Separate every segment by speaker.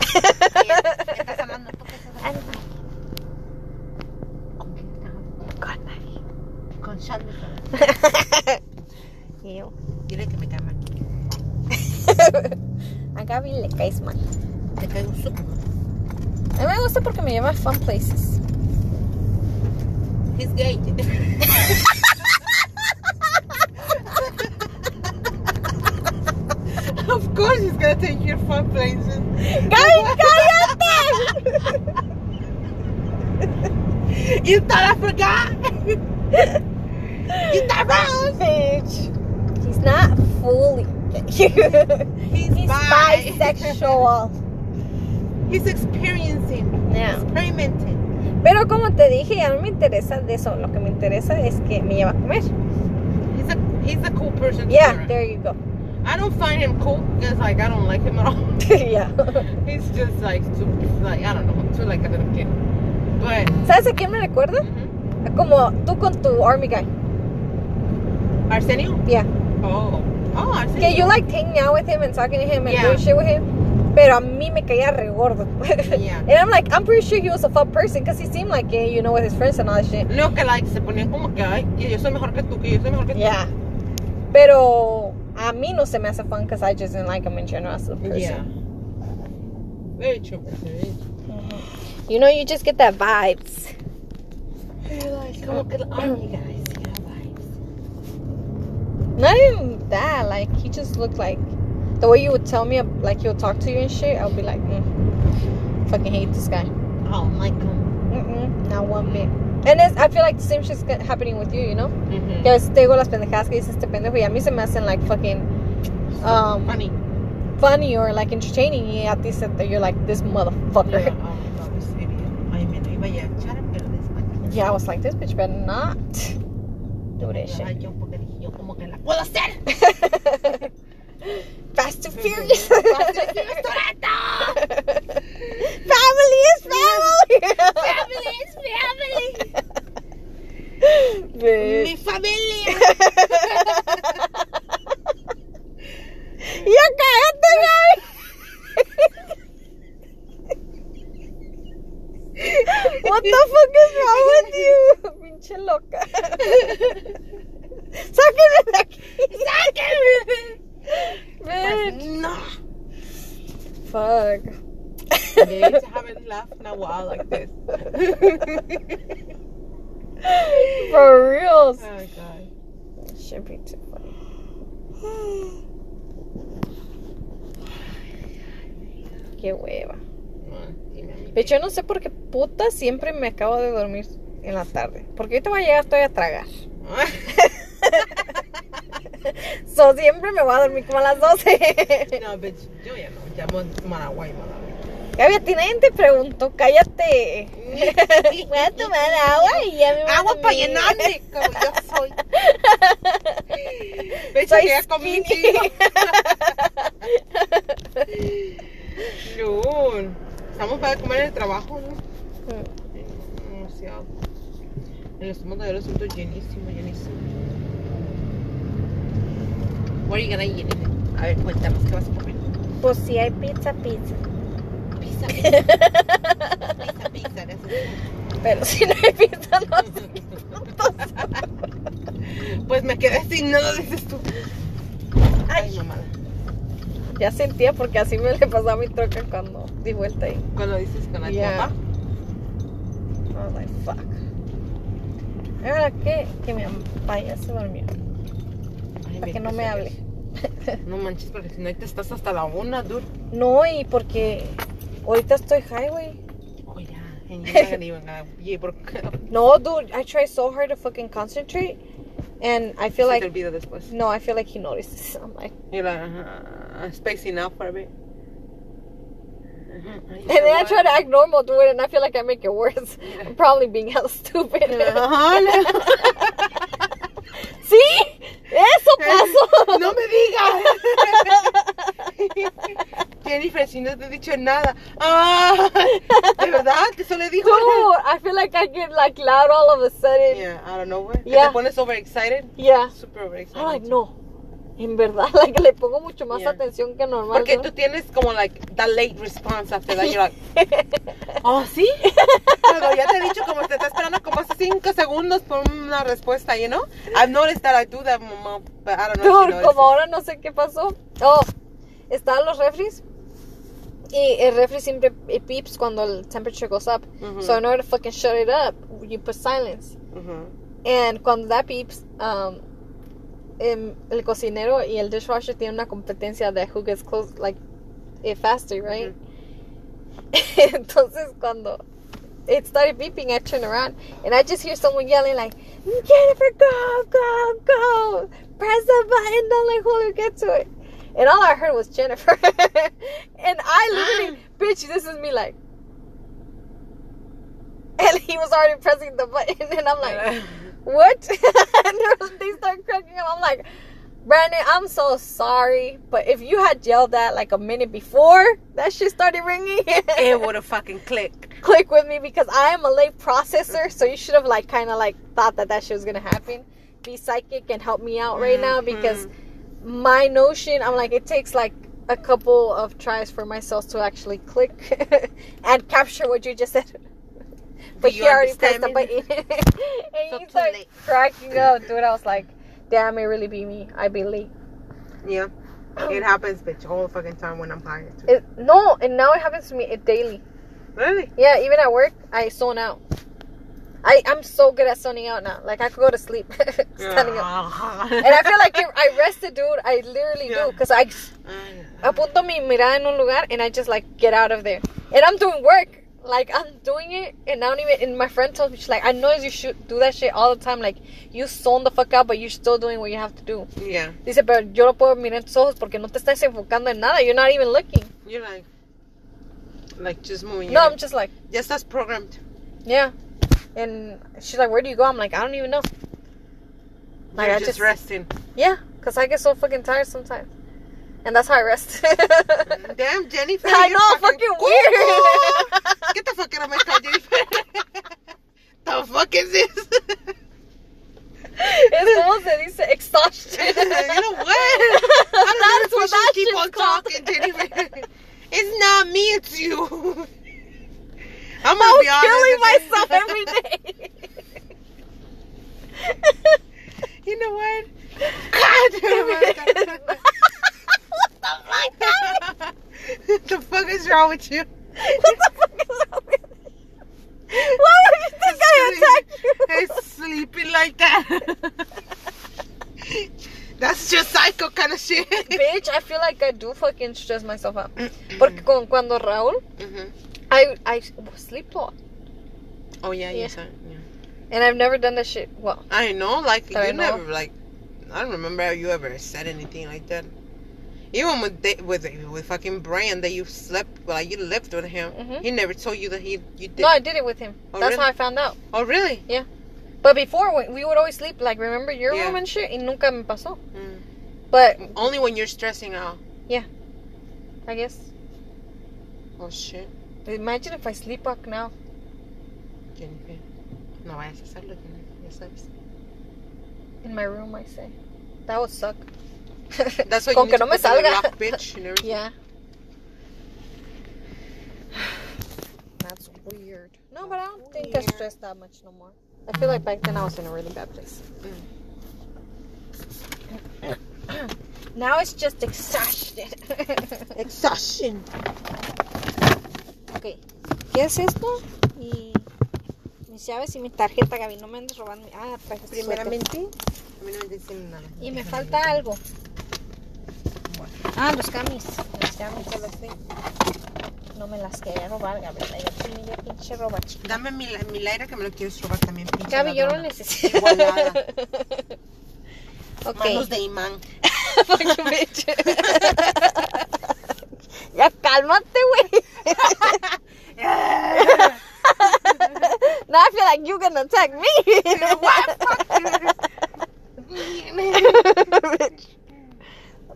Speaker 1: Me estás amando, ¿por qué estás amando?
Speaker 2: ¿Con quién estás hablando?
Speaker 1: Con nadie.
Speaker 2: Con Sandra.
Speaker 1: Ew.
Speaker 2: Dile que me cae mal.
Speaker 1: A Gaby le caes mal.
Speaker 2: Te cae un suco.
Speaker 1: A mí me gusta porque me lleva a fun places.
Speaker 2: He's gay. of course he's gonna take you to fun places.
Speaker 1: ¡Gaby, cállate!
Speaker 2: You thought I forgot? you thought wrong?
Speaker 1: Bitch. He's not fooling you.
Speaker 2: He's,
Speaker 1: He's
Speaker 2: bi.
Speaker 1: bisexual.
Speaker 2: He's experiencing,
Speaker 1: No.
Speaker 2: experimenting.
Speaker 1: Pero como te dije, a mí me interesa de eso. Lo que me interesa es que me lleva a comer.
Speaker 2: He's a he's a cool person. to
Speaker 1: Yeah,
Speaker 2: be around.
Speaker 1: there you go.
Speaker 2: I don't find him cool because like I don't like him at all.
Speaker 1: yeah.
Speaker 2: He's just like too, like I don't know, too like a little kid. But
Speaker 1: ¿Sabes a quién me recuerda?
Speaker 2: mhm.
Speaker 1: A Como tú con tu army guy.
Speaker 2: Arsenio?
Speaker 1: Yeah.
Speaker 2: Oh. Oh, Arsenio.
Speaker 1: Que you liked hanging out with him and talking to him and
Speaker 2: Yeah.
Speaker 1: doing shit with him. Pero a mí me caía re gordo.
Speaker 2: Yeah.
Speaker 1: And I'm like, I'm pretty sure he was a fun person because he seemed like it, you know, with his friends and all that shit.
Speaker 2: Lo que like se ponían como que ay, que yo soy mejor que tú, que yo soy mejor que tú.
Speaker 1: Yeah. Pero a mí no se me hace fun because I just didn't like him in general as a person.
Speaker 2: Yeah. Very true. Very true.
Speaker 1: You know, you just get that vibes.
Speaker 2: Como que la army guys yeah, vibes.
Speaker 1: Not even that. Like he just looked like the way you would tell me, like he'll talk to you and shit. I'll be like, mm, fucking hate this guy.
Speaker 2: Oh my god.
Speaker 1: Mm-mm, not one bit. And it's, I feel like the same shit's ca- happening with you, you know?
Speaker 2: Mhm.
Speaker 1: Que a veces te digo las pendejadas que dices este pendejo y a mí se me hacen like fucking um,
Speaker 2: Funny.
Speaker 1: funny or like entertaining y a ti se te, you're like this motherfucker.
Speaker 2: Yeah. Oh my god, this idiot. Ay, me lo iba a echar a perder. esta cosa.
Speaker 1: Yeah, I was like, this bitch better not do this
Speaker 2: Ay,
Speaker 1: shit.
Speaker 2: yo porque dije yo como que la puedo hacer.
Speaker 1: Fast and furious. family is family. family is family.
Speaker 2: Mi familia.
Speaker 1: ya cállate, Gaby. What the fuck is wrong with you? Pinche loca. Sáquenme de aquí. Bitch.
Speaker 2: Pues, no.
Speaker 1: Fuck.
Speaker 2: Bitch, I haven't laughed in a while like this.
Speaker 1: For
Speaker 2: Oh
Speaker 1: real.
Speaker 2: god.
Speaker 1: Should be too funny. Qué hueva.
Speaker 2: No, dime a mí.
Speaker 1: Bitch, yo no sé por qué puta siempre me acabo de dormir en la tarde. Porque ahorita voy a llegar todavía a tragar. so siempre me voy a dormir como a las 12.
Speaker 2: No, bitch, yo ya no. Llamo a Maraguay, Maraguay.
Speaker 1: Gaby, a ti nadie te preguntó, cállate. voy a tomar agua y ya me voy a
Speaker 2: Agua para
Speaker 1: dormir.
Speaker 2: llenarme, como yo soy. Bitch,
Speaker 1: Soy
Speaker 2: ya comí un
Speaker 1: skinny.
Speaker 2: higo. No. Estamos para comer en el trabajo, ¿no? Demasiado. El estómago ya lo siento llenísimo, llenísimo. What are you gonna eat? A ver, cuéntanos, ¿qué vas a comer?
Speaker 1: Pues si hay pizza, pizza.
Speaker 2: Pizza, pizza, pizza. that's it.
Speaker 1: Pero si no hay pizza, no sé.
Speaker 2: Pues me quedé sin nada, dices tú. Ay,
Speaker 1: Ay,
Speaker 2: mamada.
Speaker 1: ya sentía porque así me le pasaba a mi troca cuando di vuelta ahí.
Speaker 2: Cuando dices con la
Speaker 1: Yeah.
Speaker 2: copa.
Speaker 1: I was like, oh fuck. Ahora que, que mi papá ya se durmió.
Speaker 2: Ay,
Speaker 1: Para
Speaker 2: bendito
Speaker 1: que no me
Speaker 2: sea
Speaker 1: hable.
Speaker 2: Dios. No manches, porque si no, ahí te estás hasta la una, dude.
Speaker 1: No, y porque ahorita estoy high, güey.
Speaker 2: Oh, yeah. And you're not gonna even gonna be able to-
Speaker 1: No, dude, I try so hard to fucking concentrate. And I feel
Speaker 2: Se te
Speaker 1: like,
Speaker 2: olvida después.
Speaker 1: no, I feel like he notices. I'm like,
Speaker 2: You're like, uh, uh, spacing out for Uh-huh. a bit.
Speaker 1: Uh-huh. and then I try to act normal, dude, and I feel like I make it worse. I'm probably being hella stupid.
Speaker 2: "Uh-huh,
Speaker 1: ¿Sí? Eso pasó.
Speaker 2: Eh, No me digas. Jennifer, si no te he dicho nada. Ah, de verdad, que eso le dijo.
Speaker 1: Dude, I feel like I get like loud all of a sudden.
Speaker 2: Yeah, I don't know. güey. Que
Speaker 1: Yeah.
Speaker 2: Te pones overexcited.
Speaker 1: Yeah.
Speaker 2: Super overexcited.
Speaker 1: I'm like, no. En verdad, like, le pongo mucho más
Speaker 2: Yeah.
Speaker 1: atención que normal.
Speaker 2: Porque
Speaker 1: ¿no?
Speaker 2: tú tienes como, like, that late response after that. You're like, oh, sí. Pero ya te he dicho, como te está esperando como hace cinco segundos por una respuesta, you know? I've noticed that I do that, mama, but I don't know. if she
Speaker 1: Dude,
Speaker 2: notices.
Speaker 1: como ahora no sé qué pasó. Oh, estaban los refries. Y el refri siempre it beeps cuando el temperature goes up.
Speaker 2: Mhm.
Speaker 1: So in order to fucking shut it up, you put silence.
Speaker 2: Mhm.
Speaker 1: And cuando that beeps, um, em, el cocinero y el dishwasher tienen una competencia de who gets close, like, it faster, right? Entonces cuando it started beeping, I turned around and I just hear someone yelling like, Jennifer, go, go, go! Press the button, don't let Julio get to it. And all I heard was Jennifer. and I literally, bitch, this is me like. And he was already pressing the button, and I'm like, what? and they're- they start cracking up. I'm like, Brandon, I'm so sorry, but if you had yelled that like a minute before that shit started ringing,
Speaker 2: it would have fucking clicked.
Speaker 1: click with me because I am a late processor. So you should have like kind of like thought that that shit was gonna happen. Be psychic and help me out right now
Speaker 2: Mm-hmm.
Speaker 1: because my notion, I'm like, it takes like a couple of tries for my cells to actually click and capture what you just said. But
Speaker 2: you
Speaker 1: he already pressed
Speaker 2: understand
Speaker 1: the
Speaker 2: me?
Speaker 1: button. and
Speaker 2: So
Speaker 1: he
Speaker 2: too
Speaker 1: started
Speaker 2: late.
Speaker 1: cracking up, dude. I was like, damn, it really be me. I be late.
Speaker 2: Yeah. It happens, bitch, all the fucking time when I'm tired. Too.
Speaker 1: It, no, and now it happens to me it daily.
Speaker 2: Really?
Speaker 1: Yeah, even at work, I zone out. I, I'm so good at zoning out now. Like, I could go to sleep standing up.
Speaker 2: Ah.
Speaker 1: And I feel like if I rested, dude. I literally do. 'Cause
Speaker 2: Yeah.
Speaker 1: do. Because I apunto mi mirada en un lugar and I just like get out of there. And I'm doing work. Like I'm doing it and I don't even and my friend tells me she's like, I know you should do that shit all the time, like you zone the fuck out but you're still doing what you have to do.
Speaker 2: Yeah.
Speaker 1: Dice, pero yo no puedo mirar tus ojos porque no te estás enfocando en nada, you're not even looking.
Speaker 2: You're like, like just moving.
Speaker 1: No, I'm just like,
Speaker 2: just as programmed.
Speaker 1: yeah. And she's like, Where do you go? I'm like, I don't even know. Like,
Speaker 2: You're
Speaker 1: I
Speaker 2: just,
Speaker 1: just-
Speaker 2: resting.
Speaker 1: Yeah, because I get so fucking tired sometimes. And that's how I rest.
Speaker 2: Damn, Jennifer.
Speaker 1: I
Speaker 2: you're
Speaker 1: know, fucking
Speaker 2: cuckoo.
Speaker 1: weird.
Speaker 2: Get the fuck out of my car, Jennifer. the fuck is this?
Speaker 1: It's como se dice exhaustion.
Speaker 2: You know what? I don't know
Speaker 1: That's
Speaker 2: if I
Speaker 1: what that
Speaker 2: should keep
Speaker 1: shit's
Speaker 2: on
Speaker 1: called.
Speaker 2: talking, Jennifer. it's not me, it's you. I'm
Speaker 1: I'm
Speaker 2: gonna be honest.
Speaker 1: killing
Speaker 2: with you.
Speaker 1: myself every day.
Speaker 2: You know what? God damn it.
Speaker 1: what the fuck?
Speaker 2: what the fuck is wrong with you?
Speaker 1: What the fuck is wrong with you? Why would you think I attack you?
Speaker 2: It's sleeping like that. That's just psycho kind of shit.
Speaker 1: Bitch, I feel like I do fucking stress myself out. Porque con, cuando Raúl,
Speaker 2: Mhm.
Speaker 1: I, I sleepwalk.
Speaker 2: Oh yeah,
Speaker 1: Yeah.
Speaker 2: you said. Yeah.
Speaker 1: And I've never done that shit. Well,
Speaker 2: I know, like
Speaker 1: I
Speaker 2: you
Speaker 1: know.
Speaker 2: never like. I don't remember you ever said anything like that. Even with da- with with fucking Brian that you slept like you lived with him,
Speaker 1: Mhm.
Speaker 2: he never told you that he you did.
Speaker 1: no, I did it with him.
Speaker 2: Oh,
Speaker 1: That's
Speaker 2: really?
Speaker 1: how I found out.
Speaker 2: oh really?
Speaker 1: But before, we, we would always sleep, like, remember your
Speaker 2: Yeah.
Speaker 1: room and shit? Y nunca me pasó.
Speaker 2: Mm.
Speaker 1: But,
Speaker 2: Only when you're stressing out.
Speaker 1: I guess,
Speaker 2: Oh shit,
Speaker 1: imagine if I sleepwalk now.
Speaker 2: Jennifer. No vayas a hacerlo, Jennifer, ya sabes.
Speaker 1: In my room, I say. That would suck.
Speaker 2: That's why
Speaker 1: Con
Speaker 2: you
Speaker 1: que
Speaker 2: need
Speaker 1: no
Speaker 2: to
Speaker 1: me
Speaker 2: put them in
Speaker 1: salga.
Speaker 2: lock, bitch. and everything.
Speaker 1: Yeah. That's weird. No, but I don't think I
Speaker 2: Weird.
Speaker 1: stress that much no more. I feel like back then I was in a really bad place.
Speaker 2: Mm.
Speaker 1: now it's just exhausted.
Speaker 2: Exhaustion.
Speaker 1: ok. ¿Qué es esto? Y mis llaves y mi tarjeta, Gaby. No me andes robando. mi- Ah, traje este suéter.
Speaker 2: Primeramente, a mí no me dicen nada.
Speaker 1: Y me falta algo. Ah, los camis. Los camis. ya los vi. No me las quería robar, Gabriela. Yo te miré pinche roba chica.
Speaker 2: Dame mi, mi aire que me lo quieres robar también. pinche
Speaker 1: Gaby, yo no
Speaker 2: ladrona.
Speaker 1: necesito.
Speaker 2: Igualada.
Speaker 1: ok.
Speaker 2: Manos de imán.
Speaker 1: Fuck you, bitch. ya cálmate, güey. now I feel like you're gonna attack me. Bitch.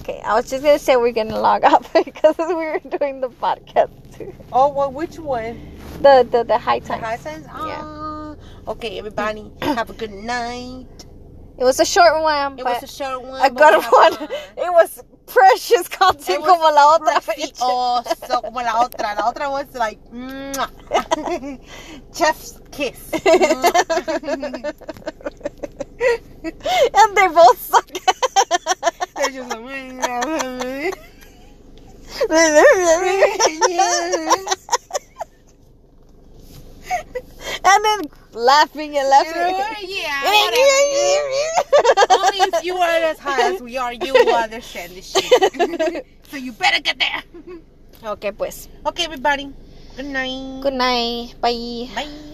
Speaker 1: Okay, I was just gonna say we're gonna log off because we were doing the podcast too.
Speaker 2: oh, well, which one?
Speaker 1: The the, the high time.
Speaker 2: High signs?
Speaker 1: Yeah.
Speaker 2: Ah, Okay, everybody, have a good night.
Speaker 1: It was a short one,
Speaker 2: It
Speaker 1: but
Speaker 2: was a short one.
Speaker 1: a
Speaker 2: but
Speaker 1: good
Speaker 2: we have
Speaker 1: one.
Speaker 2: fun.
Speaker 1: It was precious content
Speaker 2: It was Oh.
Speaker 1: como la otra fecha.
Speaker 2: Precioso, como la otra. La otra was like, "Mua." chef's kiss.
Speaker 1: and they both suck.
Speaker 2: They're just like, "Mua."
Speaker 1: and then laughing and
Speaker 2: You
Speaker 1: laughing.
Speaker 2: know what? yeah. whatever. Only if you are as high as we are, you will understand this shit. so you better get there.
Speaker 1: okay, pues.
Speaker 2: Okay, everybody. Good night.
Speaker 1: Good night. Bye.
Speaker 2: Bye.